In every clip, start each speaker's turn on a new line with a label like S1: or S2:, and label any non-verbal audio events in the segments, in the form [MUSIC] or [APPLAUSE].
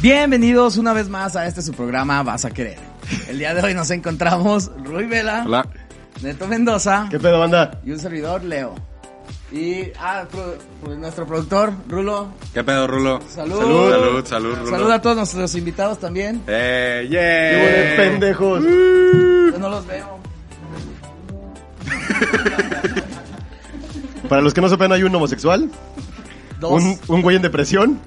S1: Bienvenidos una vez más a este su programa Vas a Querer. El día de hoy nos encontramos Rui Vela,
S2: Hola.
S1: Neto Mendoza
S2: ¿Qué pedo, banda?
S1: y un servidor Leo. Y ah, pro- pro- nuestro productor Rulo,
S2: ¿Qué pedo, Rulo?
S1: salud.
S2: Salud, salud, salud, Rulo.
S1: Salud a todos nuestros invitados también.
S2: ¡Eh,
S3: ¡Qué
S2: yeah!
S3: huele, pendejos!
S1: Yo no los veo.
S3: Para los que no sepan, hay un homosexual,
S1: Dos.
S3: un, un güey en depresión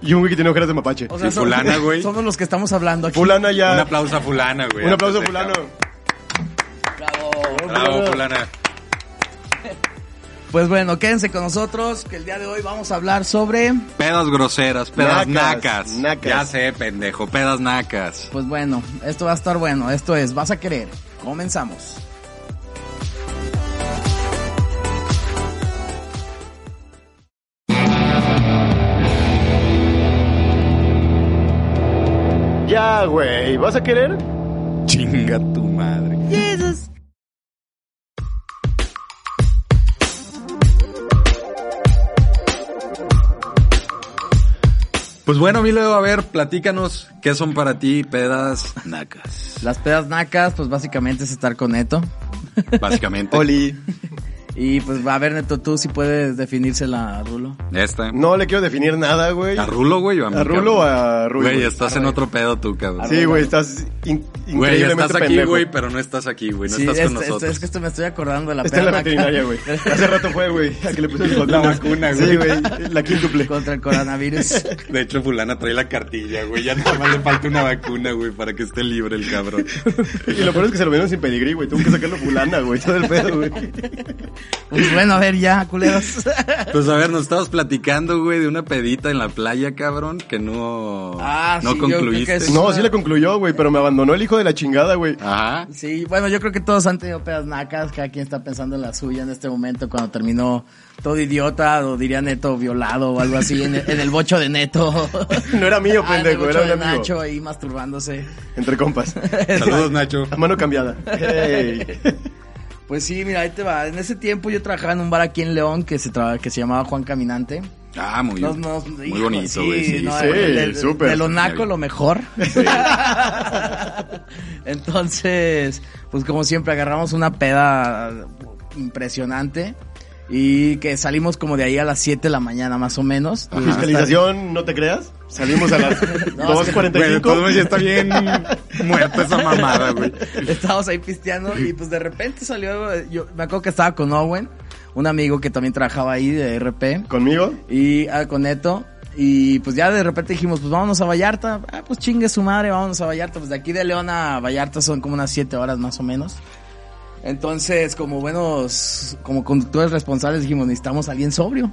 S3: y un güey que tiene ojeras de mapache.
S1: O [LAUGHS]
S2: y fulana, güey.
S1: Somos los que estamos hablando aquí.
S3: Fulana
S2: Un
S3: ya.
S2: aplauso a fulana, güey.
S3: Un aplauso,
S2: Antes de-
S3: fulano.
S1: Bravo.
S2: Bravo, fulana.
S1: Pues bueno, quédense con nosotros que el día de hoy vamos a hablar sobre
S2: Pedas groseras, pedas
S3: Nacas,
S2: nacas.
S3: nacas.
S2: Ya sé, pendejo, pedas nacas.
S1: Pues bueno, esto va a estar bueno. Esto es Vas a querer. Comenzamos.
S3: Ya, güey. ¿Vas a querer?
S2: Chinga tu madre. Pues bueno, mi Leo, a ver, platícanos qué son para ti pedas nacas,
S1: Las pedas nacas, pues básicamente es estar con Neto.
S2: básicamente.
S3: Oli.
S1: Y pues a ver, Neto, tú si puedes definírsela, Rulo.
S2: Esta.
S3: No le quiero definir nada, güey.
S2: ¿A Rulo, güey, o a mí?
S3: ¿A Rulo o
S2: cabrón?
S3: a Rui?
S2: Güey,
S3: güey?
S2: estás en otro pedo tú, cabrón.
S3: Sí, güey, estás in-
S2: Güey,
S3: increíblemente
S2: estás aquí,
S3: pendejo.
S2: güey, pero no estás aquí, güey. No
S1: Sí,
S2: estás
S1: es,
S2: con
S1: es-
S2: nosotros.
S1: es que esto me estoy acordando de la
S3: Está en la
S1: naca
S3: veterinaria,
S1: [LAUGHS]
S3: güey. Hace rato fue, güey, a que le pusieron
S2: La vacuna, güey.
S3: Sí, güey, la quíntuple.
S1: contra el
S3: [LAUGHS]
S1: coronavirus.
S2: De hecho, fulana trae la cartilla, güey. Ya nada más le falta una vacuna, güey, para que esté libre el cabrón.
S3: Y lo peor es que se lo vieron sin pedigrí, güey. Tuvo que sacarlo fulana, güey. Todo el pedo, güey.
S1: Pues bueno, a ver ya, culeros. [LAUGHS]
S2: Pues a ver, nos estabas platicando, güey, de una pedita en la playa, cabrón, que no,
S1: Ah,
S2: no
S1: sí, yo creo que
S2: concluiste.
S1: es-
S3: No, sí la concluyó, güey, pero me abandonó el hijo de la chingada, güey.
S2: Ajá.
S1: Sí, bueno, yo creo que todos han tenido pedas nacas. Cada quien está pensando en la suya en este momento cuando terminó todo idiota o diría Neto violado o algo así en el, en el bocho de Neto.
S3: No era [LAUGHS] mío,
S1: Ah, en el
S3: pendejo,
S1: bocho
S3: era un
S1: de
S3: amigo.
S1: Nacho ahí masturbándose.
S3: Entre compas.
S2: Saludos, Nacho.
S3: A mano cambiada. Ey.
S1: Pues sí, mira, ahí te va. En ese tiempo yo trabajaba en un bar aquí en León que se, traba- que se llamaba Juan Caminante.
S2: Ah, muy,
S1: Nos- nos-
S2: muy
S1: hijo,
S2: bonito, güey. Sí,
S1: no,
S3: sí,
S1: de, de-
S3: súper.
S1: de lo naco, lo mejor. [LAUGHS] Entonces, pues como siempre, agarramos una peda impresionante y que salimos como de ahí a las 7 de la mañana más o menos.
S2: Ah.
S1: Tuvimos que estar-
S3: [LAUGHS] Fiscalización, no te creas. Salimos a las
S2: Güey, de todos modos
S3: 2.45.
S2: ya está bien muerta esa mamada, güey.
S1: [LAUGHS] Estábamos ahí pisteando y pues de repente salió, yo me acuerdo que estaba con Owen, un amigo que también trabajaba ahí de RP.
S3: Conmigo.
S1: y ah, con Neto. Y pues ya de repente dijimos, pues vámonos a Vallarta. Ah, pues chingue su madre, vámonos a Vallarta. Pues de aquí de León a Vallarta son como unas 7 horas más o menos. Entonces, como buenos, como conductores responsables, dijimos, necesitamos a alguien sobrio.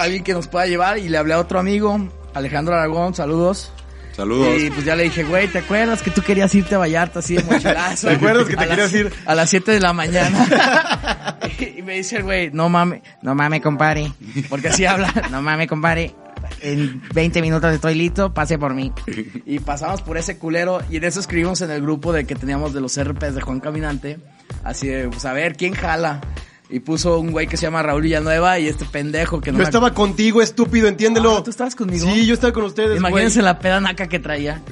S1: Alguien que nos pueda llevar. Y le hablé a otro amigo, Alejandro Aragón, saludos.
S2: Saludos.
S1: Y pues ya le dije, güey, ¿te acuerdas que tú querías irte a Vallarta así de mochilazo?
S3: [LAUGHS] ¿Te acuerdas que te
S1: A las-
S3: querías ir?
S1: A las 7 de la
S3: [LAUGHS]
S1: mañana. [LAUGHS] y me dice el güey, no mames, no mames, compadre. Porque así habla, [LAUGHS] no mames, compadre.
S3: [LAUGHS]
S1: En 20 minutos estoy listo, pase por mí. Y pasamos por ese culero y en eso escribimos en el grupo de que teníamos de los RPs de Juan Caminante. Así de, pues a ver, ¿quién jala? Y puso un güey que se llama Raúl Villanueva y este pendejo que no
S3: Yo
S1: me-
S3: estaba contigo, estúpido, entiéndelo.
S1: Ah, ¿tú estabas conmigo?
S3: Sí, yo estaba con ustedes,
S1: Imagínense
S3: güey.
S1: la peda naca que traía.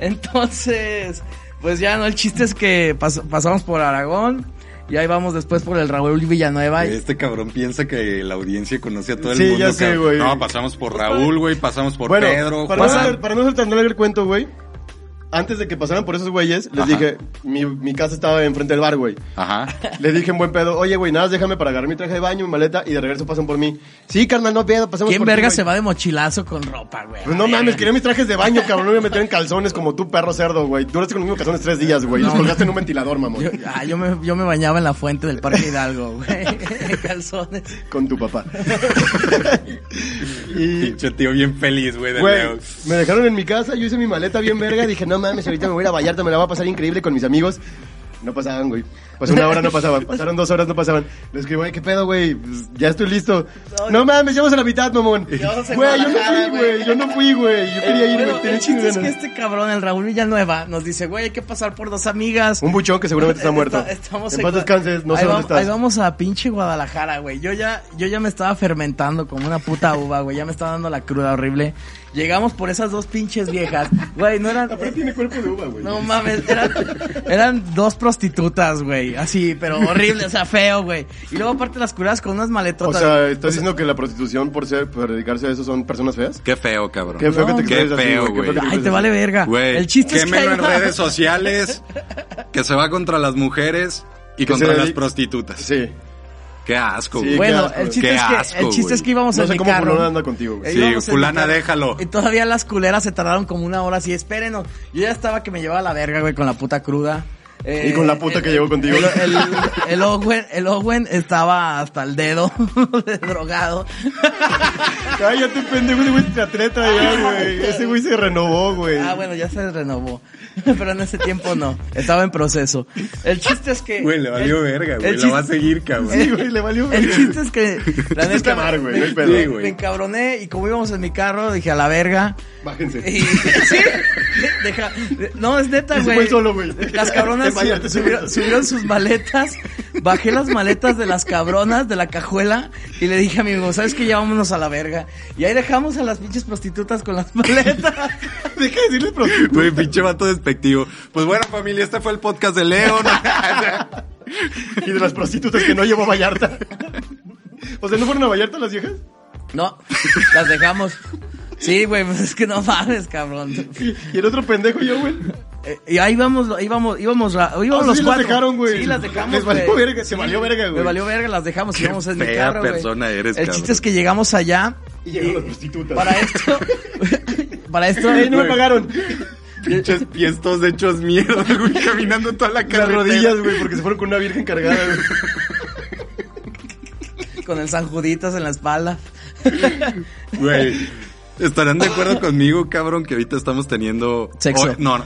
S1: Entonces, pues ya no, el chiste es que pas- pasamos por Aragón y ahí vamos después por el Raúl Villanueva. y-
S2: Este cabrón piensa que la audiencia conoce a todo el
S3: Sí,
S2: mundo.
S3: ya sé,
S2: cabrón.
S3: güey.
S2: No, pasamos por Raúl, güey, pasamos por
S3: Bueno,
S2: Pedro.
S3: para, no
S2: Juan.
S3: hacer- para no hacer tan largo el cuento, güey. antes de que pasaran por esos güeyes, les dije, mi, mi casa estaba enfrente del bar, güey.
S4: Ajá.
S3: Le dije en buen pedo, oye, güey, nada, más déjame para agarrar mi traje de baño, mi maleta y de regreso pasan por mí. Sí, carnal, no pedo, pasemos
S1: ¿Quién
S3: por ti,
S1: verga
S3: güey.
S1: se va de mochilazo con ropa, güey?
S3: Pues no mames, quería mis trajes de baño, cabrón. No me voy a meter en calzones como tú, perro cerdo, güey. Duraste con los mismos calzones tres días, güey. Los colgaste en un ventilador, mamón.
S1: Yo, ah, yo me, yo me bañaba en la fuente del Parque Hidalgo, güey. [LAUGHS] En calzones.
S3: Con tu papá. y,
S4: Pinche tío bien feliz, güey, de
S3: güey,
S4: Leo.
S3: me dejaron en mi casa, yo hice mi maleta bien verga. Dije, no mames, ahorita me voy a ir a Vallarta, me la va a pasar increíble con mis amigos. No pasaban, güey. Pasó una hora, no pasaban. Pasaron dos horas, no pasaban. Le escribo, güey, ¿qué pedo, güey? Pues, ya estoy listo. No mames, llevamos a la mitad, mamón. Güey,
S1: vas a
S3: yo no
S1: Guadalajara,
S3: fui, güey. Yo no fui, güey. Yo quería irme.
S1: Bueno,
S3: tenía
S1: el chiste es
S3: chingada.
S1: que este cabrón, el Raúl Villanueva, nos dice, güey, hay que pasar por dos amigas.
S3: Un buchón que seguramente está muerto.
S1: Está- Estamos
S3: en paz
S1: Gua-
S3: descanses, no
S1: ahí
S3: sé dónde
S1: vamos,
S3: estás.
S1: Ahí vamos a pinche Guadalajara, güey. Yo ya, yo ya me estaba fermentando como una puta uva, güey. Ya me estaba dando la cruda horrible. Llegamos por esas dos pinches viejas. Güey, no eran...
S3: Aparte tiene cuerpo de uva, güey.
S1: No mames, eran, eran dos prostitutas, güey. Así, pero horrible, o sea, feo, güey. Y luego aparte las curadas con unas
S3: O
S1: maletotas.
S3: sea, ¿estás diciendo que la prostitución por ser, por dedicarse a eso son personas feas?
S2: Qué feo, cabrón.
S3: Qué feo
S1: No,
S3: que te
S1: güey.
S3: expreses así,
S2: Qué feo,
S3: Qué feo que
S2: güey.
S1: Ay, te
S3: expreses
S1: vale
S3: así.
S1: verga.
S2: Güey,
S1: el chiste es que
S2: quémelo
S1: hay
S2: en
S1: más.
S2: redes sociales que se va contra las mujeres y
S3: Que
S2: contra
S3: se
S2: las
S3: dedique-
S2: prostitutas.
S3: Sí.
S2: Qué asco,
S3: Sí,
S2: güey.
S3: qué
S1: Bueno,
S3: asco,
S1: el
S3: güey.
S1: chiste,
S2: Qué
S1: es que,
S2: asco,
S1: el chiste es
S2: güey.
S1: que íbamos
S3: No
S1: en
S3: sé
S1: mi
S3: cómo
S1: carro.
S3: fulano anda contigo, güey.
S1: Eh,
S2: Sí,
S1: íbamos en mi
S2: fulana,
S1: carro.
S2: déjalo.
S1: Y todavía las culeras se tardaron como una hora así, espérenos. Yo ya estaba que me llevaba la verga, güey, con la puta cruda. Eh,
S3: Y con la puta que llevó contigo.
S1: El, el Owen, el Owen estaba hasta el dedo [LAUGHS] drogado.
S3: Cállate, pendejo, ese güey te atleta
S1: [LAUGHS]
S3: ya, güey. Ese güey se renovó, güey.
S1: Ah, bueno, ya se renovó. [LAUGHS] Pero en ese tiempo no. Estaba en proceso. El chiste es que.
S4: Güey, le valió
S1: el-
S4: verga, güey.
S1: el
S4: La va a
S1: chiste-
S4: seguir, cabrón.
S3: Sí, güey, le valió
S1: [LAUGHS] El
S3: verga.
S1: chiste es que. La
S3: Tienes que
S1: neta.
S3: amar, güey, no hay
S1: me-
S3: pedo.
S1: me-
S4: Sí, güey.
S1: Me encabroné y como íbamos en mi carro, dije a la verga.
S3: Bájense.
S1: Y, [LAUGHS] sí, deja, no, es neta,
S3: Ese
S1: güey.
S3: fue solo, güey.
S1: Las cabronas
S3: En Vallarta, sí,
S1: subieron,
S3: güey.
S1: subieron sus maletas, bajé las maletas de las cabronas de la cajuela y le dije a mi amigo, ¿sabes qué? Ya vámonos a la verga. Y ahí dejamos a las pinches prostitutas con las [LAUGHS] maletas.
S3: Deja de decirle
S2: [LAUGHS]
S3: prostituta.
S2: Güey, pinche vato despectivo. Pues bueno, familia, este fue el podcast de Leo. ¿no?
S3: Y de las prostitutas que no llevó a Vallarta. O sea, ¿no fueron a Vallarta las viejas?
S1: No, las dejamos. Sí, güey, pues es que no mames, cabrón.
S3: Y el otro pendejo yo, güey.
S1: Eh, y ahí íbamos, íbamos, íbamos, ra-
S3: Ah,
S1: íbamos
S3: sí,
S1: los
S3: las
S1: cuatro.
S3: dejaron, güey.
S1: Sí, las dejamos,
S3: Les valió
S1: güey.
S3: verga, se valió verga, güey.
S1: Me valió verga, las dejamos y íbamos en mi
S2: fea
S1: carro, güey.
S2: persona eres,
S1: El
S2: cabrón.
S1: chiste es que llegamos allá
S3: Y llegaron las prostitutas.
S1: Para
S3: [LAUGHS]
S1: esto. Para esto.
S3: Ey, no me pagaron.
S2: [LAUGHS] Pinches pies todos hechos mierda, güey, caminando toda la
S3: Las
S2: carretera.
S3: rodillas, güey, porque se fueron con una virgen cargada, güey.
S1: Con el San Juditas en la espalda.
S2: Güey. ¿Estarán de acuerdo conmigo, cabrón, que ahorita estamos teniendo...
S1: Sexo.
S2: Hoy- no, no.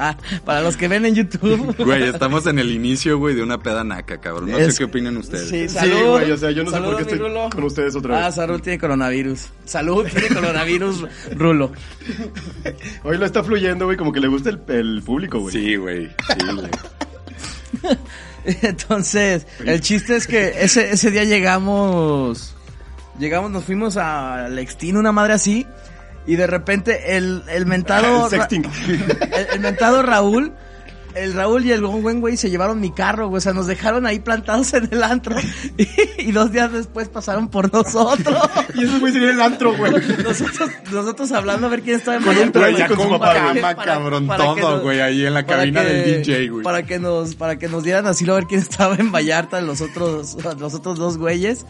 S1: Ah, para los que ven en YouTube.
S2: Güey, estamos en el inicio, güey, de una peda naca, cabrón. No
S1: Es-
S2: sé qué opinan ustedes.
S1: Sí,
S3: [LAUGHS] Sí,
S1: [LAUGHS] salud.
S3: güey, o sea, yo no sé
S1: Salud,
S3: por qué
S1: mi
S3: estoy con ustedes otra vez.
S1: Ah, salud tiene coronavirus. Salud tiene coronavirus, Rulo. [LAUGHS]
S3: Hoy lo está fluyendo, güey, como que le gusta el, el público, güey.
S2: Sí, güey. Sí, güey.
S1: Entonces, el chiste es que ese, ese día llegamos. Llegamos, nos fuimos a Lextín, una madre así. Y de repente el, el mentado.
S3: El [LAUGHS] sexting.
S1: el, el mentado Raúl. El Raúl y el buen güey se llevaron mi carro, güey. O sea, nos dejaron ahí plantados en el antro. Y, y dos días después pasaron por nosotros.
S3: Y eso, güey, sería el antro, güey.
S1: Nosotros, nosotros hablando a ver quién estaba en
S3: Con un
S1: Vallarta,
S3: traje con su
S1: como
S3: papá,
S1: para-
S3: güey. Ah,
S1: para-
S2: cabrón,
S1: para que
S2: todo,
S1: nos-
S2: güey, ahí en la
S1: para
S2: cabina
S1: que-
S2: del DJ, güey.
S1: Para que nos, para que nos dieran asilo a ver quién [LAUGHS] estaba en Vallarta, los otros, los otros dos güeyes.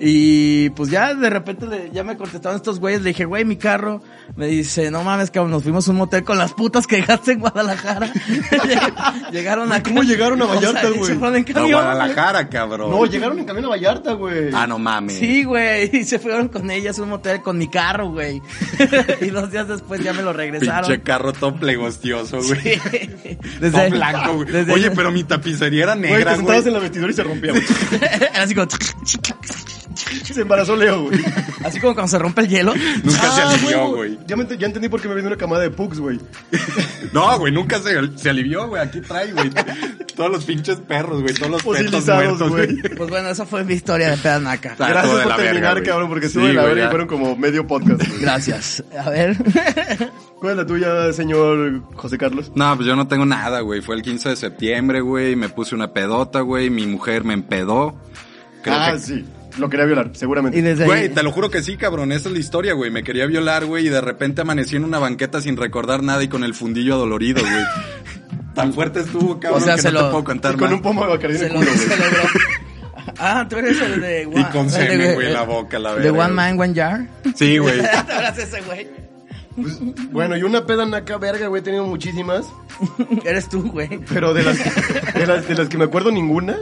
S1: Y pues ya de repente le- ya me contestaron estos güeyes, le dije, güey, mi carro. Me dice, no mames, cabrón, nos fuimos a un motel con las putas que dejaste en Guadalajara. [LAUGHS] llegaron a...
S3: ¿Cómo llegaron a Vallarta, güey?
S1: Se fueron en
S2: No,
S1: camión.
S2: Guadalajara, cabrón.
S3: No, llegaron en camino a Vallarta, güey.
S2: Ah, no mames.
S1: Sí, güey, [LAUGHS] y se fueron con ellas a un motel con mi carro, güey. [LAUGHS] y dos días después ya me lo regresaron.
S2: Pinche carro todo plegostioso, güey.
S1: [LAUGHS] Desde-
S2: [LAUGHS] Todo blanco, güey.
S1: desde- [LAUGHS]
S2: Oye, pero mi tapicería era
S3: Güey, te
S2: negra,
S3: sentabas
S2: güey.
S3: en la vestidora y se rompía, güey. [LAUGHS]
S1: Era así como,
S3: Se embarazó Leo, güey.
S1: así como cuando se rompe el hielo.
S2: Nunca se
S3: Ah,
S2: alivió,
S3: güey.
S2: güey.
S3: Ya, me ent- ya entendí por qué me vino una camada de pugs, güey.
S2: No, güey, nunca se, se alivió, güey. Aquí trae, güey. [LAUGHS] Todos los pinches perros, güey. Todos los petos
S3: Fosilizados,
S2: muertos,
S3: güey.
S2: güey.
S1: Pues bueno, esa fue mi historia de pedanaca.
S2: Está todo
S3: Gracias
S2: de
S3: por
S2: la verga,
S3: terminar,
S2: güey.
S3: cabrón, porque estuvo
S2: Sí,
S3: de la
S2: güey,
S3: verga y
S2: ya.
S3: fueron como medio podcast, güey.
S1: Gracias. A ver.
S3: ¿Cuál es la tuya, señor José Carlos?
S2: No, pues yo no tengo nada, güey. Fue el 15 de septiembre, güey. Me puse una pedota, güey. Mi mujer me empedó. Creo
S3: ah,
S2: que-
S3: sí. Lo quería violar, seguramente.
S1: Y desde ahí-
S2: Güey, te lo juro que sí, cabrón. Esa es la historia, güey. Me quería violar, güey, y de repente amanecí en una banqueta sin recordar nada y con el fundillo adolorido, güey.
S3: [LAUGHS]
S2: Tan fuerte estuvo, cabrón,
S1: sea,
S2: que
S1: se
S2: no
S1: lo-
S2: te puedo contar
S3: Y con
S2: más.
S3: un pomo de bacarí en
S1: Se
S3: el
S1: lo,
S3: culo, güey.
S1: se logró. Ah, tú eres el de
S2: Y con
S1: el de-
S2: semen, güey, la boca, la
S1: De
S2: verga,
S1: One
S2: güey.
S1: Man, One Jar. [LAUGHS]
S2: Sí,
S3: [LAUGHS]
S2: güey.
S1: ¿Te acuerdas de ese güey?
S3: Pues, bueno, y una peda naca verga, güey, he tenido muchísimas.
S1: Eres tú, güey.
S3: Pero de las, de las, de las que [LAUGHS] me acuerdo ninguna.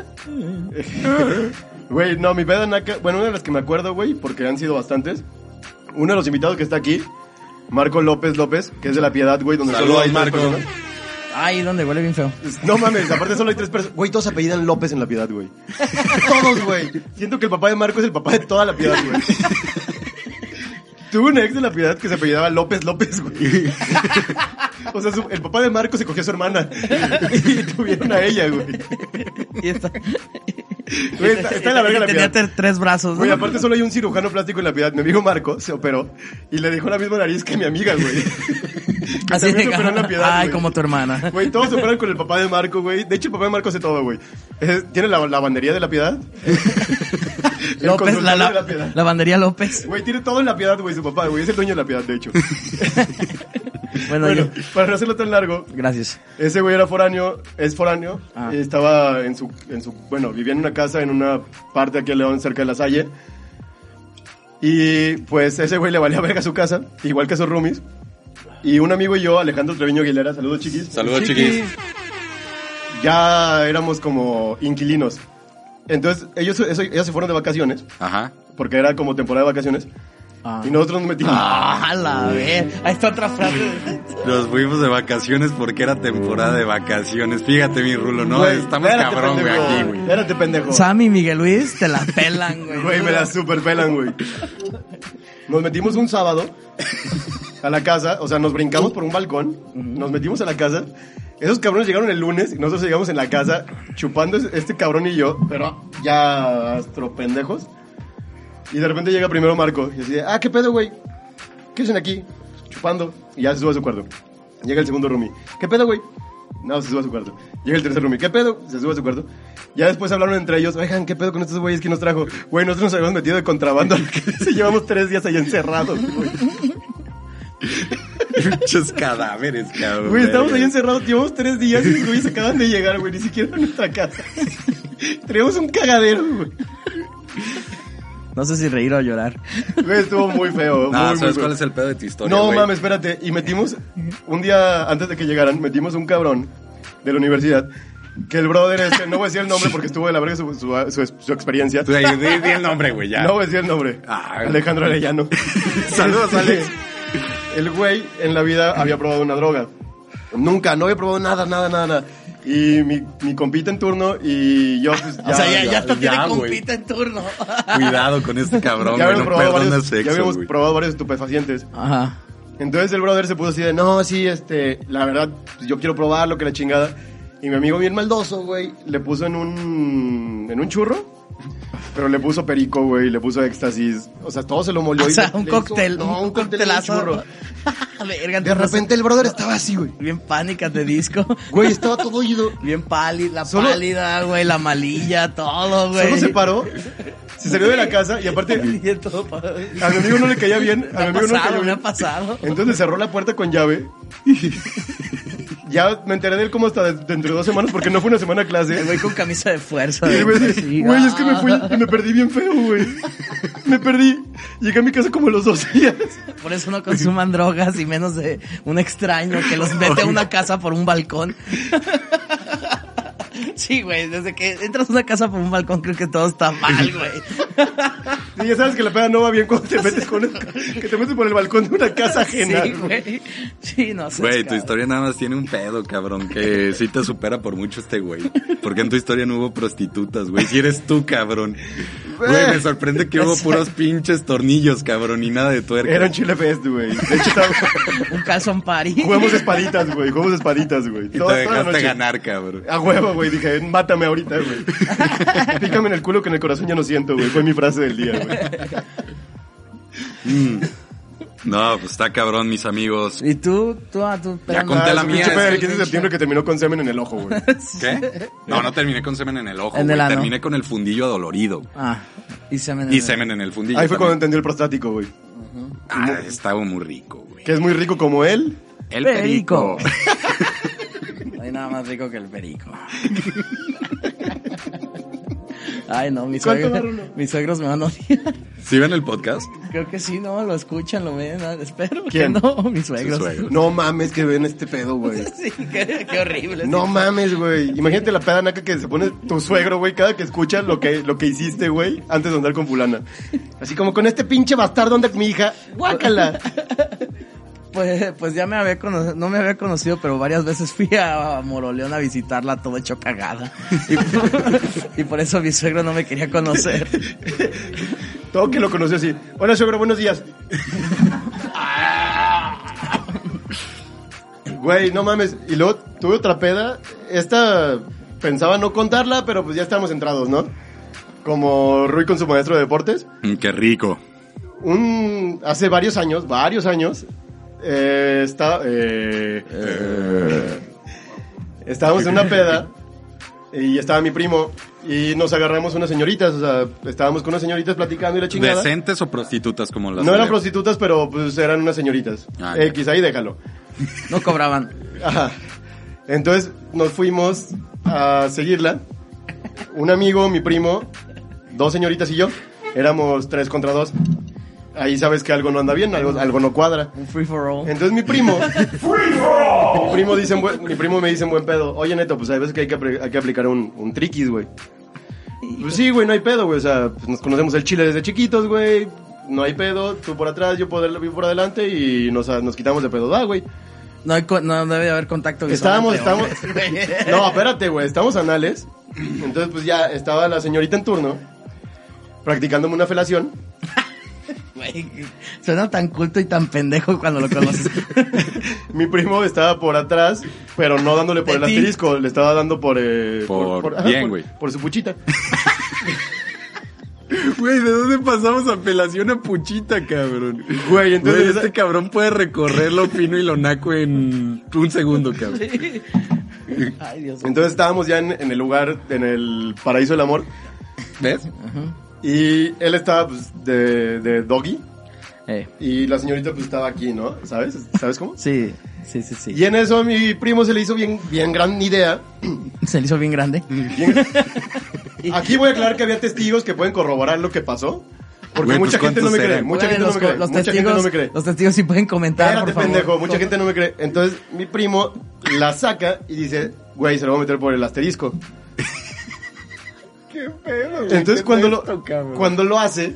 S3: [LAUGHS] Güey, no, mi peda naca. Bueno, una de las que me acuerdo, güey, porque han sido bastantes. Uno de los invitados que está aquí, Marco López López, que es de La Piedad, güey, donde solo
S2: Saludos,
S3: hay tres
S2: Marco.
S3: personas.
S1: Ay, donde huele bien feo.
S3: No mames, aparte solo hay tres personas. Güey, todos apellidan López en La Piedad, güey. [LAUGHS] Todos, güey. Siento que el papá de Marco es el papá de toda La Piedad, güey. Tuve un ex de La Piedad que se apellidaba López López, güey. O sea, su- el papá de Marco se cogió a su hermana. Y tuvieron a ella, güey.
S1: Y está,
S3: Güey, está, está de la verga la
S1: Tenía
S3: piedad.
S1: ter- tres brazos.
S3: Güey,
S1: ¿no?
S3: aparte solo hay un cirujano plástico en la piedad. Mi amigo Marco se operó y le dejó la misma nariz que mi amiga, güey. Que
S1: Así
S3: también
S1: de
S3: se operó en la piedad.
S1: Ay,
S3: güey.
S1: como tu hermana.
S3: Güey, todos se operan con el papá de Marco, güey. De hecho, el papá de Marco hace todo, güey. Es- Tiene la lavandería de la
S1: [LAUGHS]
S3: piedad. El
S1: López, la,
S3: consultorio
S1: la,
S3: de la piedad.
S1: lavandería López.
S3: Güey, tiene todo en la piedad, güey, su papá, güey. Es el dueño de la piedad,
S1: [LAUGHS]
S3: de hecho.
S1: Bueno,
S3: bueno,
S1: yo-
S3: para no hacerlo tan largo,
S1: gracias.
S3: Ese güey era foráneo, es foráneo,
S1: Ah.
S3: y estaba en su, en su, bueno, vivía en una casa en una parte aquí en León, cerca de La Salle. Y pues ese güey le valía verga su casa, igual que a sus roomies. Y un amigo y yo, Alejandro Treviño Aguilera, saludos chiquis.
S2: Saludos, chiquis.
S3: Ya éramos como inquilinos. Entonces, ellos, eso- ellos se fueron de vacaciones,
S2: Ajá.
S3: porque era como temporada de vacaciones.
S1: Ah.
S3: Y nosotros nos metimos.
S1: Ah, la ver. Ahí está otra frase.
S2: Nos fuimos de vacaciones porque era temporada de vacaciones. Fíjate, mi rulo, ¿no?
S3: Güey,
S2: Estamos
S3: espérate,
S2: cabrón, güey,
S3: pendejo.
S2: aquí, güey.
S3: [LAUGHS] Espérate, pendejo.
S1: Sammy y Miguel Luis te la pelan, güey.
S3: Güey, me la super pelan, güey. Nos metimos un sábado a la casa, o sea, nos brincamos por un balcón, nos metimos a la casa. Esos cabrones llegaron el lunes y nosotros llegamos en la casa chupando es- este cabrón y yo, pero ya astropendejos. Y de repente llega primero Marco y así, de, ah, qué pedo, güey. ¿Qué hacen aquí? Chupando. Y ya se sube a su cuarto. Llega el segundo roomie. ¿Qué pedo, güey? No, se sube a su cuarto. Llega el tercer roomie. ¿Qué pedo? Se sube a su cuarto. Ya después hablaron entre ellos. Oigan, ¿qué pedo con estos güeyes que nos trajo? Güey, nosotros nos habíamos metido de contrabando. [LAUGHS] Se llevamos tres días ahí encerrados, güey.
S2: Muchos cadáveres, cabrón.
S3: Güey, estamos ahí
S2: verga.
S3: encerrados. Llevamos tres días y los güeyes acaban de llegar, güey. Ni siquiera a nuestra casa. [LAUGHS] Tenemos un cagadero, güey.
S1: No sé si reír o llorar.
S3: Güey, estuvo muy feo.
S2: No,
S3: muy, muy
S2: ¿sabes
S3: feo.
S2: cuál es el pedo de tu historia?
S3: No
S2: güey?
S3: mames, espérate. Y metimos, un día antes de que llegaran, metimos un cabrón de la universidad. Que el brother este, no voy a decir el nombre porque estuvo de la verga su, su, su- su experiencia.
S2: Tú ahí, di, di el nombre, güey, ya.
S3: No voy a decir el nombre.
S2: Ah.
S3: Alejandro Arellano.
S2: [LAUGHS]
S3: Este,
S2: Saludos, Alex.
S3: El güey en la vida había probado una droga. Nunca, no había probado nada, nada, nada. nada. Y mi, mi compita en turno y yo, pues,
S1: o sea, ya, ya,
S2: ya,
S1: hasta
S2: ya,
S1: tiene
S2: güey.
S1: compita en turno.
S2: Cuidado con este cabrón,
S3: ya
S2: güey.
S3: habíamos
S2: No
S3: probado
S2: perdona
S3: varios- ya
S2: sexo,
S3: habíamos
S2: güey.
S3: probado varios estupefacientes.
S1: Ajá.
S3: Entonces el brother se puso así de, no, sí, este, la verdad, pues, yo quiero probarlo, que la chingada. Y mi amigo bien maldoso, güey, le puso en un, en un churro, pero le puso perico, güey, le puso éxtasis. O sea, todo se lo molió.
S1: O
S3: y
S1: sea,
S3: le-
S1: un
S3: le hizo-
S1: cóctel,
S3: no,
S1: un,
S3: en un
S1: coctelazo.
S3: churro.
S1: [LAUGHS] Verga,
S3: De
S1: entonces,
S3: repente el brother estaba así, güey.
S1: Bien pánicas de disco.
S3: Güey, estaba todo oído.
S1: Bien pálida, la
S3: Solo-
S1: pálida, güey, la malilla, todo, güey.
S3: Solo se paró, se salió de la casa y aparte a
S1: [LAUGHS] Y todo parado.
S3: mi amigo no le caía bien.
S1: Me
S3: A mi
S1: ha
S3: amigo no le cayó
S1: pasado, me ha
S3: bien. [LAUGHS]
S1: pasado.
S3: Entonces cerró la puerta con llave. [LAUGHS] Ya me enteré de él como hasta de- dentro de dos semanas porque no fue una semana a clase.
S1: El güey con camisa de fuerza.
S3: Y,
S1: güey,
S3: güey,
S1: así,
S3: Güey,
S1: ah.
S3: es que me fui y me perdí bien feo, güey. Me perdí. Llegué a mi casa como a los dos días.
S1: Por eso no consuman drogas y menos de un extraño que los mete a una casa por un balcón. Sí, güey, desde que entras a una casa por un balcón creo que todo está mal, güey.
S3: Y ya sabes que la peda no va bien cuando te metes con que te metes por el balcón de una casa ajena.
S1: Sí,
S3: güey.
S1: güey. Sí, no sé.
S2: Güey, tu historia nada más tiene un pedo, cabrón, que sí te supera por mucho este güey. Porque en tu historia no hubo prostitutas, güey. Si eres tú, cabrón. Güey, me sorprende que hubo puros pinches tornillos, cabrón, y nada de tuerca.
S3: Era un chile fest, güey. De hecho, estaba-
S1: Un calzón party.
S3: jugamos espaditas, güey. Jugamos espaditas, güey.
S2: y
S3: Toda-
S2: te
S3: toda la
S2: dejaste
S3: noche.
S2: ganar, cabrón.
S3: A huevo, güey. Dije, mátame ahorita,
S2: [LAUGHS]
S3: güey. Pícame en el culo que en el corazón ya no siento, güey. Fue mi frase del día, güey.
S2: No, pues está cabrón, mis amigos.
S1: Y tú, tú, ah, tú, pero
S2: Ya conté
S3: Ah,
S2: la
S3: su
S2: mía,
S3: pinche
S2: es
S3: pedo
S2: que
S3: del 15 de septiembre que terminó con semen en el ojo, güey.
S2: ¿Qué? No, no terminé con semen en el ojo.
S1: En
S2: güey.
S1: el ano.
S2: Terminé con el fundillo adolorido.
S1: Ah, y semen. en
S2: Y
S1: el-
S2: semen en el fundillo.
S3: Ahí fue cuando
S2: también.
S3: entendí el prostático, güey.
S2: Ah, estaba muy rico, güey.
S3: Que es muy rico como él.
S2: El
S1: Perico.
S2: perico.
S1: No hay nada más rico que el perico. [LAUGHS] Ay, no, mis
S3: ¿Cuánto
S1: suegros,
S3: va, Rulo?
S1: mis suegros me van a odiar.
S2: ¿Sí ven el podcast?
S1: Creo que sí, no, lo escuchan, lo ven, ah, espero
S3: ¿Quién?
S1: que no, [LAUGHS] mis suegros.
S2: Sus suegros.
S3: No mames que ven este pedo, güey.
S1: Sí, qué, qué horrible.
S3: No mames, güey. Imagínate la peda naca que se pone tu suegro, güey, cada que escucha lo que, lo que hiciste, güey, antes de andar con fulana. Así como con este pinche bastardo anda mi hija. Guácala.
S1: Pues, pues ya me había conocido, no me había conocido, pero varias veces fui a Moroleón a visitarla todo hecho cagada. [LAUGHS] Y por, y por eso mi suegro no me quería conocer.
S3: Todo que lo conoció así. Hola, suegro, buenos días. Güey, no mames. Y luego tuve otra peda. Esta pensaba no contarla, pero pues ya estábamos entrados, ¿no? Como Rui con su maestro de deportes.
S2: Mm, qué rico.
S3: un hace varios años, varios años, eh, está, eh, estábamos en una peda y estaba mi primo y nos agarramos unas señoritas, o sea, estábamos con unas señoritas platicando y la chingada.
S2: ¿Decentes o prostitutas como las
S3: No eran
S2: celebras?
S3: prostitutas, pero pues eran unas señoritas.
S2: Ah, ya.
S3: X, ahí déjalo.
S1: No cobraban.
S3: Ajá. Entonces nos fuimos a seguirla. Un amigo, mi primo, dos señoritas y yo. Éramos tres contra dos. Ahí sabes que algo no anda bien, algo, algo no cuadra.
S1: Un free for all.
S3: Entonces mi primo, mi primo dice, en buen- mi primo me dice en buen pedo, oye Neto, pues hay veces que hay que, apri- hay que aplicar un, un triquis, güey. Pues sí, güey, no hay pedo, güey, o sea, pues nos conocemos el chile desde chiquitos, güey, no hay pedo, tú por atrás, yo por, yo por adelante y nos, nos quitamos de pedo, ah, güey.
S1: No, hay co- no debe haber contacto visual.
S3: Estábamos,
S1: entre
S3: estábamos.
S1: hombres.
S3: [LAUGHS] No, espérate, güey. Estamos anales. Entonces, pues ya estaba la señorita en turno practicándome una felación.
S1: [LAUGHS] Güey, Suena tan culto y tan pendejo cuando lo conoces.
S3: Mi primo estaba por atrás, pero no dándole por
S1: De
S3: el
S1: ti.
S3: asterisco, le estaba dando por. eh,
S2: Por- bien,
S3: por-
S2: güey.
S3: por su puchita.
S2: [LAUGHS] Güey, ¿de dónde pasamos apelación a puchita, cabrón?
S3: Güey, entonces-
S2: Güey, este cabrón puede recorrer lo fino y lo naco en un segundo, cabrón.
S1: Ay, Dios mío.
S3: Entonces estábamos ya en, en el lugar, en el paraíso del amor.
S2: ¿Ves?
S3: Y él estaba pues, de, de doggy.
S1: Eh,
S3: Y la señorita pues estaba aquí, ¿no? ¿Sabes? ¿Sabes cómo?
S1: sí, sí, sí, sí.
S3: Y en eso a mi primo se le hizo bien, bien gran idea.
S1: Se le hizo bien grande.
S3: Aquí voy a aclarar que había testigos que pueden corroborar lo que pasó. Porque
S2: Güey, pues,
S3: mucha gente no me
S2: ¿cuántos
S3: cree.
S2: eran?
S3: Mucha
S1: Güey,
S3: gente
S1: los,
S3: no me cree.
S1: los
S3: Mucha
S1: testigos,
S3: gente no me cree.
S1: Los testigos sí pueden comentar,
S3: Espérate,
S1: por favor.
S3: pendejo. Mucha gente no me cree. Entonces, mi primo la saca y dice, güey, se lo voy a meter por el
S1: [LAUGHS]
S3: asterisco.
S2: Qué pedo,
S3: Entonces, cuando lo, cuando lo hace,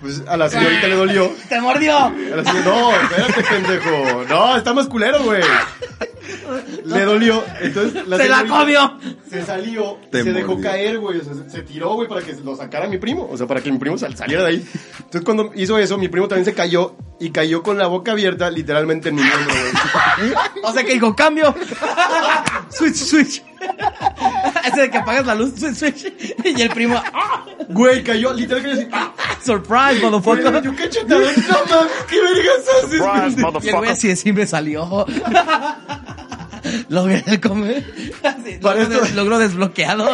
S3: pues a la señorita le dolió.
S1: ¡Te mordió!
S3: A la señora- no, espérate, pendejo. No, está más culero, güey. Le dolió. Entonces,
S1: ¡Se la
S3: señorita
S1: comió!
S3: Se salió,
S2: Te
S3: se dejó
S2: mordió.
S3: caer, güey. O sea, se- se tiró, güey, para que lo sacara mi primo. O sea, para que mi primo sal- saliera de ahí. Entonces, cuando hizo eso, mi primo también se cayó y cayó con la boca abierta, literalmente en mi hombro, güey.
S1: O sea que dijo,
S3: [LAUGHS]
S1: cambio. switch, switch. [LAUGHS] Ese de que apagas la luz, switch, switch. Y el primo, ¡ah!
S3: Güey, cayó, literal cayó así. ¡Ah!
S1: Surprise,
S3: Güey,
S1: motherfucker.
S3: Yo qué chetadón, no mames, qué vergas haces, pendejo?
S1: Y el güey así de siempre salió. [LAUGHS] Logré comer. Así,
S3: Para
S1: logro,
S3: esto-
S1: des- logro desbloqueado.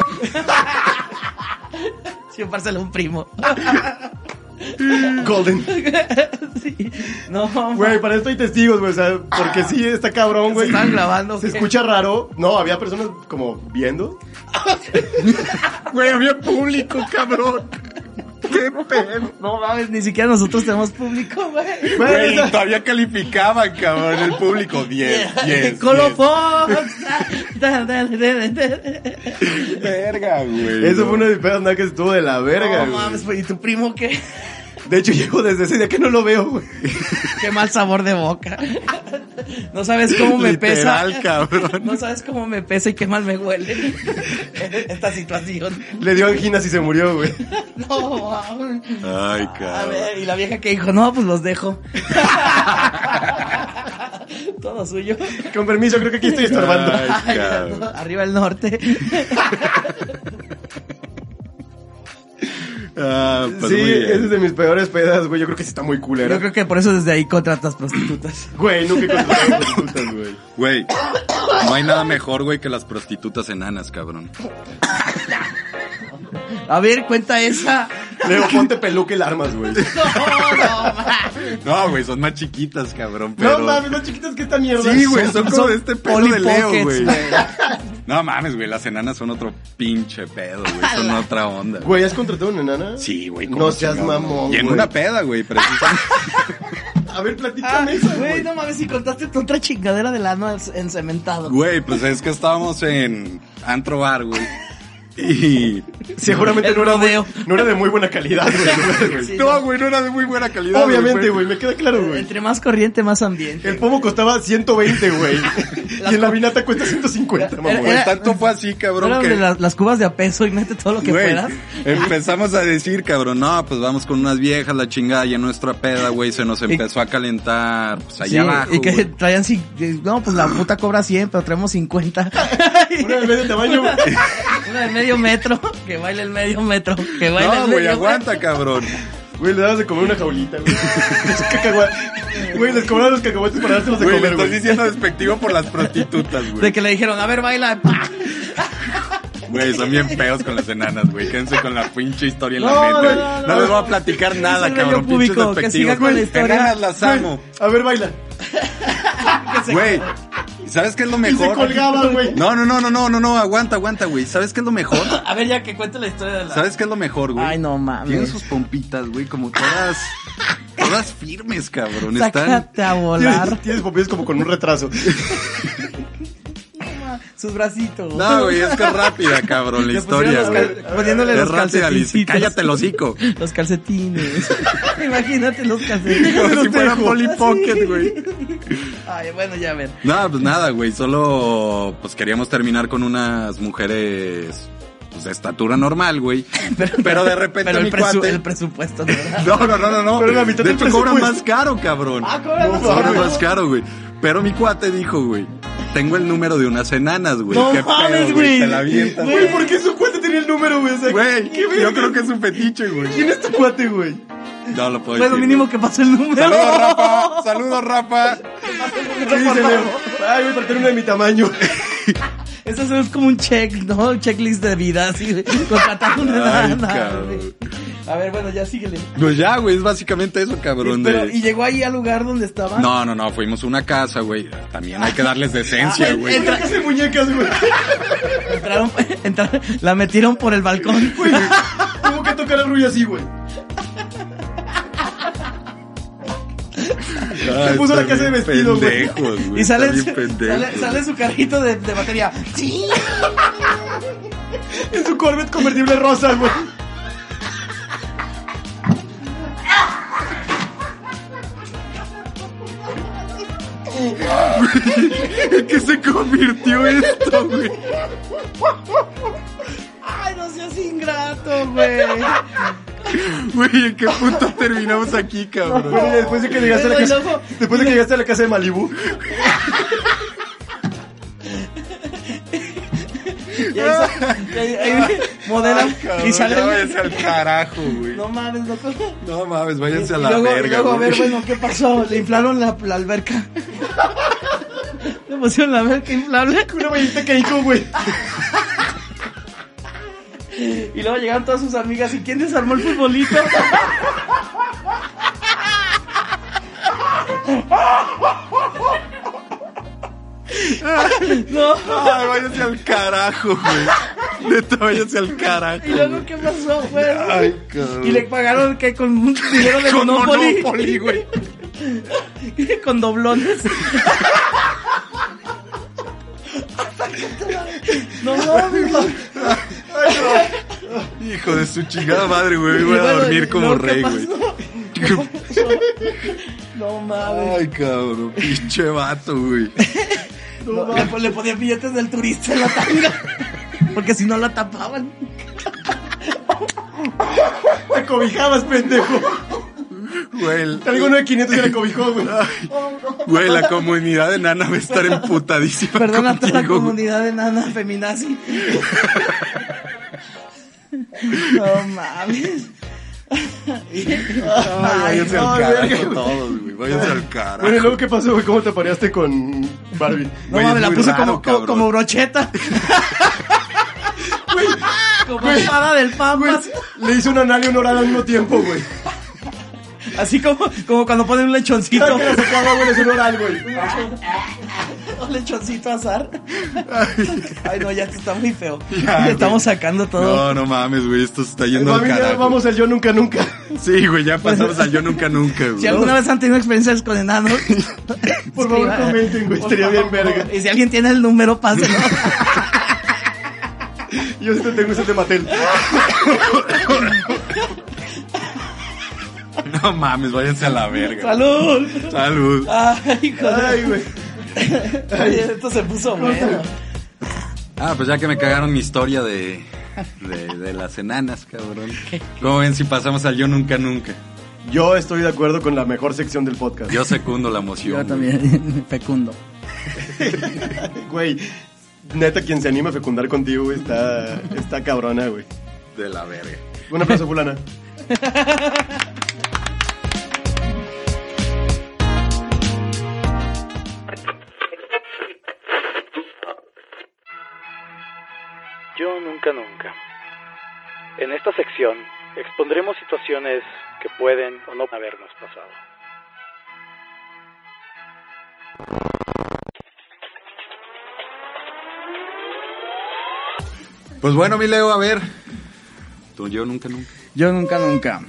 S1: [LAUGHS] Chupárselo a un primo. [LAUGHS]
S3: Golden.
S1: Sí. No,
S3: Güey, para esto hay testigos, güey. O sea, porque sí, está cabrón, güey.
S1: están grabando,
S3: Se
S1: ¿qué?
S3: escucha raro. No, había personas como viendo.
S2: Güey, había público, cabrón. Qué pedo.
S1: no mames, ni siquiera nosotros tenemos público, güey.
S3: Güey,
S2: Güey, todavía calificaban, cabrón, el público.
S1: [LAUGHS]
S2: 10, 10.
S1: Colofón.
S2: Verga, güey.
S3: Eso
S2: no.
S3: fue una de mis pedas nacas, estuvo de la verga,
S1: No
S3: güey.
S1: mames, güey, ¿y tu primo qué? [LAUGHS]
S3: De hecho, llego desde ese día que no lo veo, güey.
S1: Qué mal sabor de boca. [LAUGHS] No sabes cómo me
S2: Literal,
S1: pesa.
S2: cabrón.
S1: No sabes cómo me pesa y qué mal me huele [LAUGHS] esta situación.
S3: Le dio anginas y se murió, güey.
S1: No, mames.
S2: Ay,
S1: A
S2: cabrón.
S1: ver, y la vieja que dijo, no, pues los dejo. [LAUGHS] Todo suyo.
S3: Con permiso, creo que aquí estoy estorbando.
S2: Ay,
S1: Ay, [LAUGHS]
S2: cabrón.
S1: no, arriba el norte.
S2: Ah, pues
S3: sí,
S2: muy bien.
S3: esa es de mis peores pedas, güey. Yo creo que sí está muy culera.
S1: Yo creo que por eso desde ahí contratas prostitutas. [LAUGHS]
S3: Güey, nunca he contratado prostitutas, güey.
S2: Güey, no hay nada mejor, güey, que las prostitutas enanas, cabrón.
S1: A ver, cuenta esa.
S3: Leo, ponte peluca y la armas, güey.
S2: No, güey, son más chiquitas, cabrón, pero...
S3: No mames, las chiquitas que esta mierda.
S2: Sí, güey, son como de este pedo
S1: Polly
S2: de Leo,
S1: Pockets,
S2: güey. No mames, güey, las enanas son otro pinche pedo, güey. Son otra onda, güey.
S3: Güey, ¿has contratado una enana?
S2: Sí, güey.
S3: No
S2: cómo
S3: seas
S2: chingado,
S3: mamón,
S2: Y en
S3: güey.
S2: una peda, güey, precisamente. [LAUGHS]
S3: A ver,
S1: Ah,
S3: platícame eso,
S1: güey,
S3: güey.
S1: no mames, si contaste tu otra chingadera de lana encementado.
S2: Güey, pues es que estábamos en Antro Bar, güey. Y...
S3: Seguramente
S1: El
S3: no era, muy-
S1: rodeo.
S3: no era de muy buena calidad,
S1: [LAUGHS]
S3: güey.
S1: Sí,
S2: No, güey, no era de muy buena calidad.
S3: Obviamente, güey, me queda claro, güey.
S1: Entre más corriente, más ambiente.
S3: El pomo costaba
S2: [LAUGHS]
S3: 120, güey. y en la vinata cuesta 150, mamón.
S2: Pues tanto fue así, cabrón,
S1: Fueron
S2: que...
S1: de las, las cubas de a peso y mete todo lo que
S2: Güey,
S1: puedas.
S2: Empezamos a decir, cabrón, no, pues vamos con unas viejas, la chingada, y en nuestra peda, güey, se nos empezó a calentar, pues allá
S1: Sí,
S2: abajo.
S1: y que
S2: güey.
S1: traían cin- eh, no, pues la puta cobra 100, pero traemos
S2: [LAUGHS]
S1: 50.
S3: Una de medio tamaño, güey.
S1: [LAUGHS] Una de medio metro, que baile el medio metro, que baile el
S2: No, güey,
S1: medio
S2: aguanta,
S1: [LAUGHS]
S2: cabrón.
S3: Güey, le dabas de comer una jaulita,
S2: [LAUGHS]
S3: güey. Los cacahuates. Güey, les cobraban los cacahuates para dárselos de
S2: Güey, le
S3: comer,
S2: estás
S3: güey.
S2: diciendo despectivo por las prostitutas,
S1: metro. De
S2: güey.
S1: que le dijeron, a ver, baila. ¡pah!
S2: Güey, son bien feos con las enanas, güey. Quédense con la pinche historia en la
S3: No,
S2: mente.
S3: no,
S2: güey.
S3: no,
S2: No,
S3: no,
S2: les
S3: no.
S2: voy a platicar nada,
S1: el
S2: cabrón.
S1: rollo
S2: Pinches
S1: público, que siga
S2: despectivos,
S1: con la
S2: güey.
S1: historia.
S2: Enanas las amo.
S3: A ver, baila. [LAUGHS]
S2: Güey, ¿sabes qué es lo
S3: Y se
S2: mejor?
S3: colgaban, güey.
S2: No, no, no, no, no, no, no, aguanta, aguanta, güey. ¿Sabes qué es lo mejor?
S1: A ver, ya que cuente la historia de la.
S2: ¿Sabes qué es lo mejor, güey?
S1: Ay, no mames.
S2: Tienen sus pompitas, güey, como todas. Todas firmes, cabrón. Están.
S1: Sácate a volar.
S3: Tienes, tienes papillas como con un retraso.
S1: Sus bracitos.
S2: No, güey, es que es rápida, cabrón, la
S1: Le
S2: historia,
S1: pusieron
S2: güey.
S1: los cal- poniéndole
S2: Es
S1: los
S2: rápida, Liz.
S1: calcetincitos.
S2: Cállate el hocico.
S1: [LAUGHS] Los
S2: [LAUGHS]
S1: calcetines. Imagínate los calcetines.
S2: Como si
S1: Los
S2: fuera
S1: dejo.
S2: Polly Pocket,
S1: Así.
S2: güey.
S1: Ay, bueno, ya a ver.
S2: No, pues nada, güey. Solo, pues queríamos terminar con unas mujeres, pues de estatura normal, güey. Pero, de repente
S1: Pero el,
S2: mi
S1: presu-
S2: cuate.
S1: el presupuesto,
S2: [LAUGHS]
S1: de verdad.
S2: No, no, no, no, no.
S3: Pero la mitad
S2: de
S3: del
S2: hecho, cobran
S3: presupuesto.
S2: más caro, cabrón.
S1: Ah, cobran más
S2: Cobran
S3: caro.
S2: más caro, güey. Pero mi cuate dijo, güey, tengo el número de unas enanas, güey.
S1: No
S2: Qué pedo,
S1: mames, güey.
S2: Te la avientas.
S3: Güey, ¿por qué su cuate tenía el número, güey? O sea,
S2: Güey,
S3: [LAUGHS] ¿qué
S2: yo
S3: verga?
S2: creo que es un fetiche, güey.
S3: ¿Quién es tu cuate, güey?
S2: No lo puedo
S1: este Fue lo
S2: decir,
S1: mínimo
S2: güey.
S1: que pasó el número.
S3: [LAUGHS]
S2: Saludos, Rafa. Saludos, Rafa.
S3: ¿Qué dice Leo? Ay, güey, para tener una de mi tamaño.
S1: [LAUGHS] Eso es como un check, ¿no? Un checklist de vida, así. de Contratar una
S2: Ay,
S1: nana,
S2: cabrón.
S1: güey. A ver, bueno, ya síguele.
S2: Pues ya, güey, es básicamente eso, cabrón. de-
S1: Pero, ¿Y llegó ahí al lugar donde estaba?
S2: No, no, no, fuimos a una casa, güey. También hay que darles
S3: Ah,
S2: decencia, güey.
S3: Entra casa de muñecas, güey.
S1: Entraron, [LAUGHS] entraron- la metieron por el balcón.
S3: [LAUGHS] Güey, Tuvo que tocar al Rui así, güey.
S2: Se
S3: puso la casa de vestido, güey.
S2: Ah, pendejos,
S1: [LAUGHS]
S2: güey.
S1: Y sale,
S2: Está bien pendejo,
S1: sale, sale su carrito de, de batería. Sí.
S3: En su Corvette convertible rosa, güey.
S2: güey. ¿Qué se convirtió esto, güey?
S1: Ay, no seas ingrato, güey.
S2: Güey, ¿en qué punto terminamos aquí, cabrón?
S3: Bueno, y después de que llegaste a la
S1: Pero, y
S3: casa,
S1: luego-
S3: después de que llegaste a la casa de Malibu,
S1: Y ahí, sa- y ahí- ahí modelan y
S2: Ya
S1: salen.
S2: váyanse al carajo, güey.
S1: No
S2: No,
S1: mames, loco.
S2: mames, váyanse a
S1: Y
S2: la
S1: luego, y
S2: verga,
S1: luego, a
S2: güey.
S1: ver, bueno, ¿qué pasó? Le inflaron la, la alberca. Le pusieron la alberca inflable.
S3: una vallita que hizo, güey.
S1: Y luego llegaron todas sus amigas. ¿Y quién desarmó el futbolito? [LAUGHS] No.
S2: [LAUGHS] Ay, váyanse al carajo, güey. Neta, váyanse al carajo.
S1: ¿Y luego qué pasó, güey?
S2: Ay, cabrón.
S1: Y le pagaron que con un dinero de
S2: [LAUGHS] Con
S1: Monopoly,
S2: Monopoly, güey.
S1: [LAUGHS] con doblones. no mames. no.
S2: Hijo de su chingada madre, güey. Voy
S1: Y
S2: a
S1: bueno,
S2: dormir
S1: ¿y
S2: como
S1: luego qué
S2: rey, güey.
S1: pasó? No mames.
S2: Ay, cabrón. Pinche vato, güey.
S1: No, le, le ponían billetes del turista en la tanga. Porque si no la tapaban.
S3: Te cobijabas, pendejo.
S2: Güey, el-
S3: Traigo uno de 500 y le cobijó, güey.
S2: güey, la comunidad enana va a estar emputadísima
S1: Perdona a toda la
S2: contigo, güey.
S1: comunidad de nana feminazi. No mames.
S2: váyanse
S3: no,
S2: al carajo
S3: verga.
S2: todos, güey. Váyanse al carajo.
S3: Bueno, ¿y luego qué pasó, güey? ¿Cómo te pareaste con Barbie?
S1: No
S2: Güey,
S1: mames,
S2: es
S1: la
S2: muy
S1: puse
S2: raro,
S1: como, como,
S2: cabrón.
S1: como brocheta. como espada del pampas.
S3: Le hizo un anal y un oral al mismo tiempo, güey.
S1: Así como, como cuando ponen un lechoncito.
S3: Claro que lo sacaba, güey, le hizo un oral, güey.
S1: [LAUGHS] un lechoncito azar. Ay, no, ya esto está muy feo.
S2: Ya, güey.
S1: Estamos sacando todo.
S2: No, no mames, güey. Esto se está yendo al
S3: Mami, ya
S2: carajo.
S3: vamos al yo nunca nunca.
S2: Sí, güey, ya pasamos a yo nunca,
S1: [LAUGHS]
S2: nunca, güey.
S1: Si alguna vez han tenido experiencias con enanos,
S3: Por favor,
S1: escriban.
S3: comenten, güey.
S1: Por
S3: Estaría bien
S1: favor, por
S3: verga.
S1: favor. Y si alguien tiene el número, pásenlo.
S3: Yo este tengo ese de Mattel.
S2: No mames, váyanse a la verga.
S1: ¡Salud!
S2: Salud.
S1: Ay, joder.
S3: Ay, güey.
S1: Oye, esto se puso bueno.
S2: Ah, pues ya que me cagaron mi historia de, de, de las enanas, cabrón. ¿Cómo ven si pasamos al yo nunca, nunca?
S3: Yo estoy de acuerdo con la mejor sección del podcast.
S2: Yo secundo la moción.
S1: Yo
S2: güey.
S1: también, [LAUGHS] fecundo.
S3: Güey, neta, quien se anima a fecundar contigo, güey, está, está cabrona, güey.
S2: De la verga.
S3: Un aplauso, fulana.
S4: Yo nunca nunca. En esta sección expondremos situaciones que pueden o no habernos pasado.
S2: Pues bueno, mi Leo, a ver. Tú, yo nunca, nunca.
S1: Yo nunca, nunca.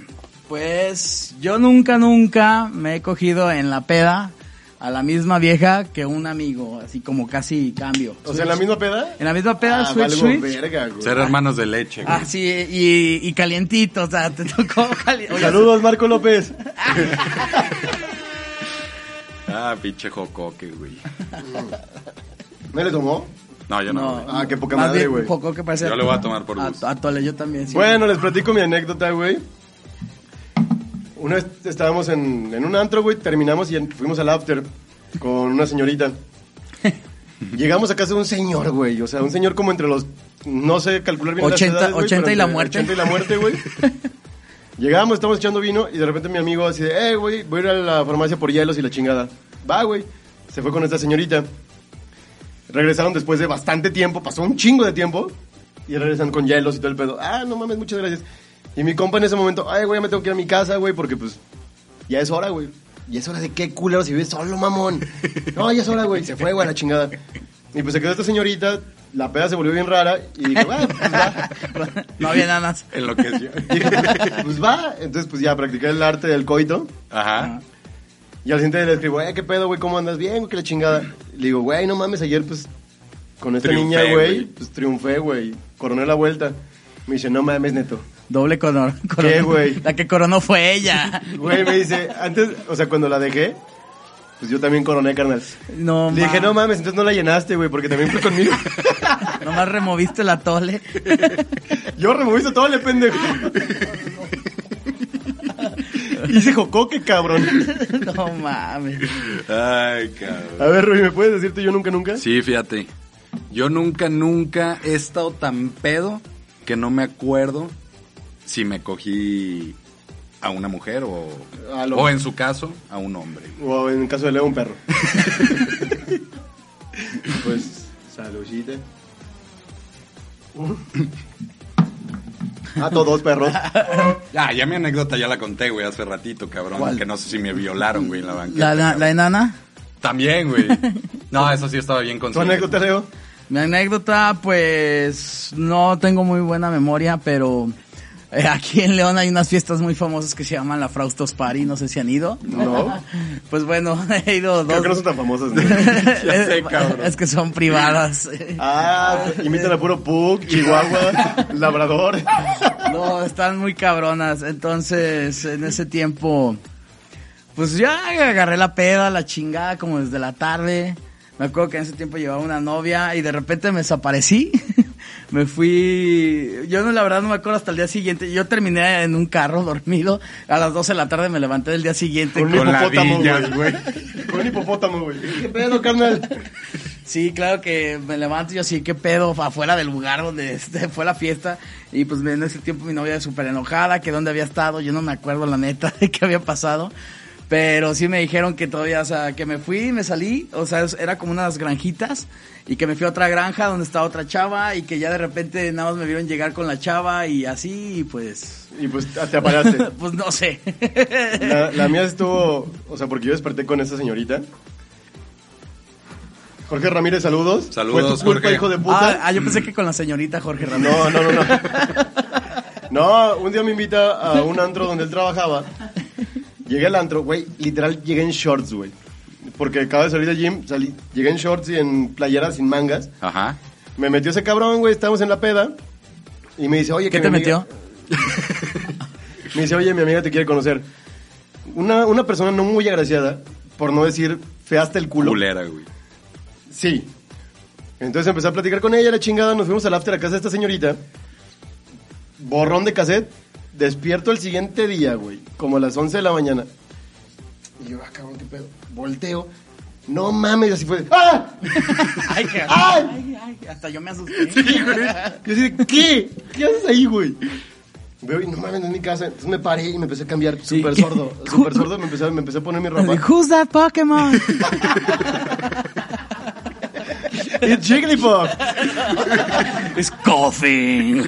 S1: Pues yo nunca, nunca me he cogido en la peda a la misma vieja que un amigo, así como casi cambio.
S3: O sea, en la misma peda.
S1: En la misma peda,
S3: Ah,
S1: switch,
S3: valgo
S1: switch.
S3: verga, güey.
S2: Ser hermanos de leche, güey.
S1: Ah, sí, y, y calientito, o sea, te tocó [LAUGHS] calientito.
S3: Saludos, Marco López.
S2: Ah, pinche jocoque, güey.
S3: ¿No le tomó?
S2: No, yo no.
S1: No.
S2: güey.
S3: Ah, qué poca
S1: Más
S3: madre,
S1: bien,
S3: güey.
S1: un poco que parece
S2: Yo le voy a tomar por gusto.
S1: A, a tole, yo también. sí.
S3: Bueno, les platico mi anécdota, güey. Una vez estábamos en, en un antro, güey, terminamos y en- fuimos al after con
S1: [LAUGHS]
S3: una señorita. Llegamos a casa de un señor, güey, o sea, un señor como entre los, no sé calcular bien
S1: 80,
S3: las edades, güey,
S1: 80
S3: pero
S1: y la
S3: entre
S1: muerte.
S3: 80 y la
S1: [LAUGHS]
S3: muerte, güey. Llegamos, estamos echando vino y de repente mi amigo así de, eh, güey, voy a ir a la farmacia por hielos y la chingada. Va, güey. Se fue con esta señorita. Regresaron después de bastante tiempo, pasó un chingo de tiempo. Y regresan con hielos y todo el pedo. Ah, no mames, muchas gracias. Y mi compa en ese momento, ay, güey, ya me tengo que ir a mi casa, güey, porque pues ya es hora, güey. Ya es hora de qué culero si vives solo, mamón. No, ya es hora, güey. Se fue, güey, a la chingada. Y pues se quedó esta señorita, la peda se volvió bien rara y dije, bueno, pues va.
S1: [LAUGHS] no había nanas.
S2: [LAUGHS]
S1: [LAUGHS]
S2: Enloqueció.
S3: Dije, [LAUGHS] pues va. Entonces, pues ya practiqué el arte del coito.
S2: Ajá.
S3: Y al siguiente día le escribo, eh, ¿qué pedo, güey? ¿Cómo andas? Bien, güey, que la chingada. Le digo, güey, no mames, ayer, pues, con esta
S2: Triunfé,
S3: niña, güey,
S2: güey.
S3: pues triunfé, güey. Coroné la vuelta. Me dice, no mames, neto.
S1: Doble coronó.
S3: ¿Qué, güey?
S1: La que coronó fue ella.
S3: Güey, me dice, antes, o sea, cuando la dejé, pues yo también coroné, carnal.
S1: No,
S3: Le dije,
S1: ma-
S3: no mames, entonces no la llenaste, güey, porque también fue conmigo. [LAUGHS]
S1: Nomás removiste la tole. [LAUGHS]
S3: Yo removiste todo el pendejo. [LAUGHS] Hice jocoque, cabrón.
S1: No mames. Ah.
S2: Ay, cabrón.
S3: A ver, Rui, ¿me puedes decirte yo nunca, nunca?
S2: Sí, fíjate. Yo nunca, nunca he estado tan pedo que no me acuerdo si me cogí a una mujer o,
S3: A lo-
S2: o en su caso, a un hombre.
S3: O en el caso de Leo, un perro. [LAUGHS] pues, saludita. Ah, todos perros.
S2: Ah, ya mi anécdota ya la conté, güey, hace ratito, cabrón.
S1: ¿Cuál?
S2: Que no sé si me violaron, güey, en la banqueta.
S1: La, la,
S2: cabrón.
S1: la enana.
S2: También, [LAUGHS] güey. No, eso sí estaba bien
S3: ¿Tu
S2: consciente.
S3: anécdota, Leo?
S1: Mi anécdota, pues no tengo muy buena memoria, pero eh, aquí en León hay unas fiestas muy famosas que se llaman la Fraustos Party, no sé si han ido.
S3: No.
S1: Pues bueno, [LAUGHS] he ido dos.
S3: Creo que no son tan [LAUGHS] famosas, ¿no?
S2: Ya sé, cabrón.
S1: [LAUGHS] Es que son privadas. [LAUGHS]
S3: Ah, imitan a puro Pug, Chihuahua, Labrador.
S1: No, están muy cabronas. Entonces, en ese tiempo, pues ya agarré la peda, la chingada, como desde la tarde. Me acuerdo que en ese tiempo llevaba una novia y de repente me desaparecí. [LAUGHS] Me fui, yo no, la verdad no me acuerdo hasta el día siguiente. Yo terminé en un carro dormido. A las 12 de la tarde me levanté del día siguiente.
S3: Con
S2: Con
S3: hipopótamo,
S2: ladillas,
S3: güey.
S2: güey.
S3: Con un hipopótamo, güey. ¿Qué pedo, carnal?
S1: Sí, claro que me levanto y yo sí, qué pedo, afuera del lugar donde [LAUGHS] este, fue la fiesta. Y pues en ese tiempo mi novia súper enojada, que dónde había estado, yo no me acuerdo la neta [LAUGHS] de qué había pasado. Pero sí me dijeron que todavía, o sea, que me fui, me salí, o sea, es- era como unas granjitas, y que me fui a otra granja donde estaba otra chava, y que ya de repente nada más me vieron llegar con la chava y así, y pues...
S3: Y pues te apagaste.
S1: [LAUGHS] pues no sé.
S3: La, la mía estuvo, o sea, porque yo desperté con esa señorita. Jorge Ramírez, saludos.
S2: Saludos,
S3: Fue tu culpa,
S2: Jorge.
S3: hijo de
S1: Ah,
S3: puta.
S1: ah, yo pensé que con la señorita Jorge Ramírez.
S3: No, no, no, no. No, un día me invita a un antro donde él trabajaba. Llegué al antro, güey, literal llegué en shorts, güey. Porque acabo de salir del gym, salí, llegué en shorts y en playeras sin mangas.
S2: Ajá.
S3: Me metió ese cabrón, güey, estábamos en la peda. Y me dice, oye,
S1: ¿Qué te
S3: que mi amiga-
S1: metió?
S3: [LAUGHS] Me dice, oye, mi amiga te quiere conocer. Una, una persona no muy agraciada, por no decir feaste el culo.
S2: Culera, güey. [LAUGHS]
S3: Sí. Entonces empecé a platicar con ella, la chingada, nos fuimos al after a casa de esta señorita. Borrón de cassette, despierto el siguiente día, güey, como a las 11 de la mañana. Y yo, ah, cabrón, qué pedo. Volteo. No mames, así fue. de, ¡Ah!
S1: [LAUGHS] Ay, que-
S3: ¡Ay!
S1: ay, hasta yo me asusté.
S3: Yo así de, ¿qué? ¿Qué haces ahí, güey? Veo y no mames, no es mi casa. Entonces me paré y me empecé a cambiar súper [LAUGHS] sordo. Súper sordo, me empecé, a- me empecé a poner mi ropa.
S1: Who's that
S3: [LAUGHS]
S1: Pokémon?
S3: ¡Y Jigglypuff!
S1: It's coughing.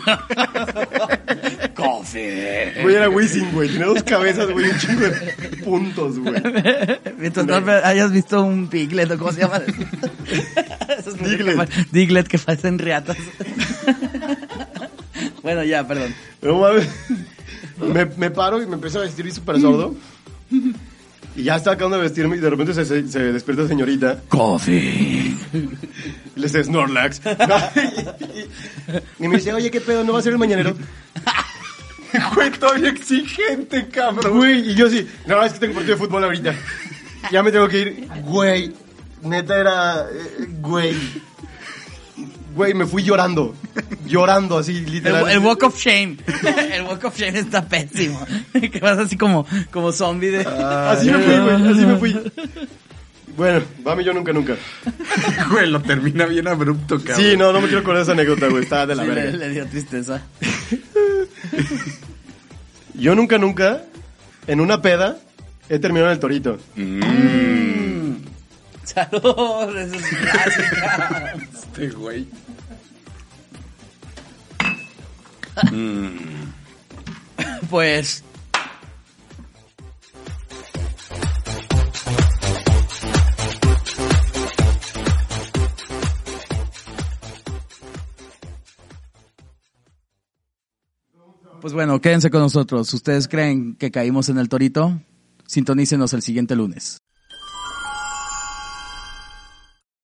S1: coughing.
S3: Güey, era Wizzing, güey. Tenía dos cabezas, güey, un chingo de puntos, güey.
S1: Mientras no me hayas visto un Piglet o cómo se
S3: [LAUGHS]
S1: llama. Esos que
S3: Diglett.
S1: pa- Diglett que parecen riatas. bueno, ya, perdón.
S3: No mames. Me, me paro y me empiezo a vestir súper sordo. Y ya estaba acabando de vestirme y de repente se, se, se despierta la señorita.
S1: Coughing.
S3: Y le dice Snorlax. y, me dice, oye, ¿qué pedo? ¿No va a ser el mañanero?
S2: Güey, todavía exigente, cabrón.
S3: Güey, y yo sí. No, es que tengo partido de fútbol ahorita. Ya me tengo que ir. Güey, neta era... eh, Güey. Güey, me fui llorando. Llorando así,
S1: El,
S3: literal.
S1: el Walk of Shame. [LAUGHS] El Walk of Shame está pésimo. [LAUGHS] Que vas así como, como zombie de...
S3: Ah, Así me fui, güey. Así me fui. Bueno, mami, yo nunca, nunca.
S2: Güey, lo termina bien abrupto, cabrón.
S3: Sí, no, no me quiero acordar de esa anécdota, güey. Está de la
S1: Sí, [LAUGHS] le,
S3: verga.
S1: le dio tristeza.
S3: Yo nunca, nunca, en una peda, he terminado en el torito.
S1: Salud, [LAUGHS] eso es clásica.
S2: Este güey.
S1: Pues Pues bueno, quédense con nosotros. ¿Ustedes creen que caímos en el torito? Sintonícenos el siguiente lunes.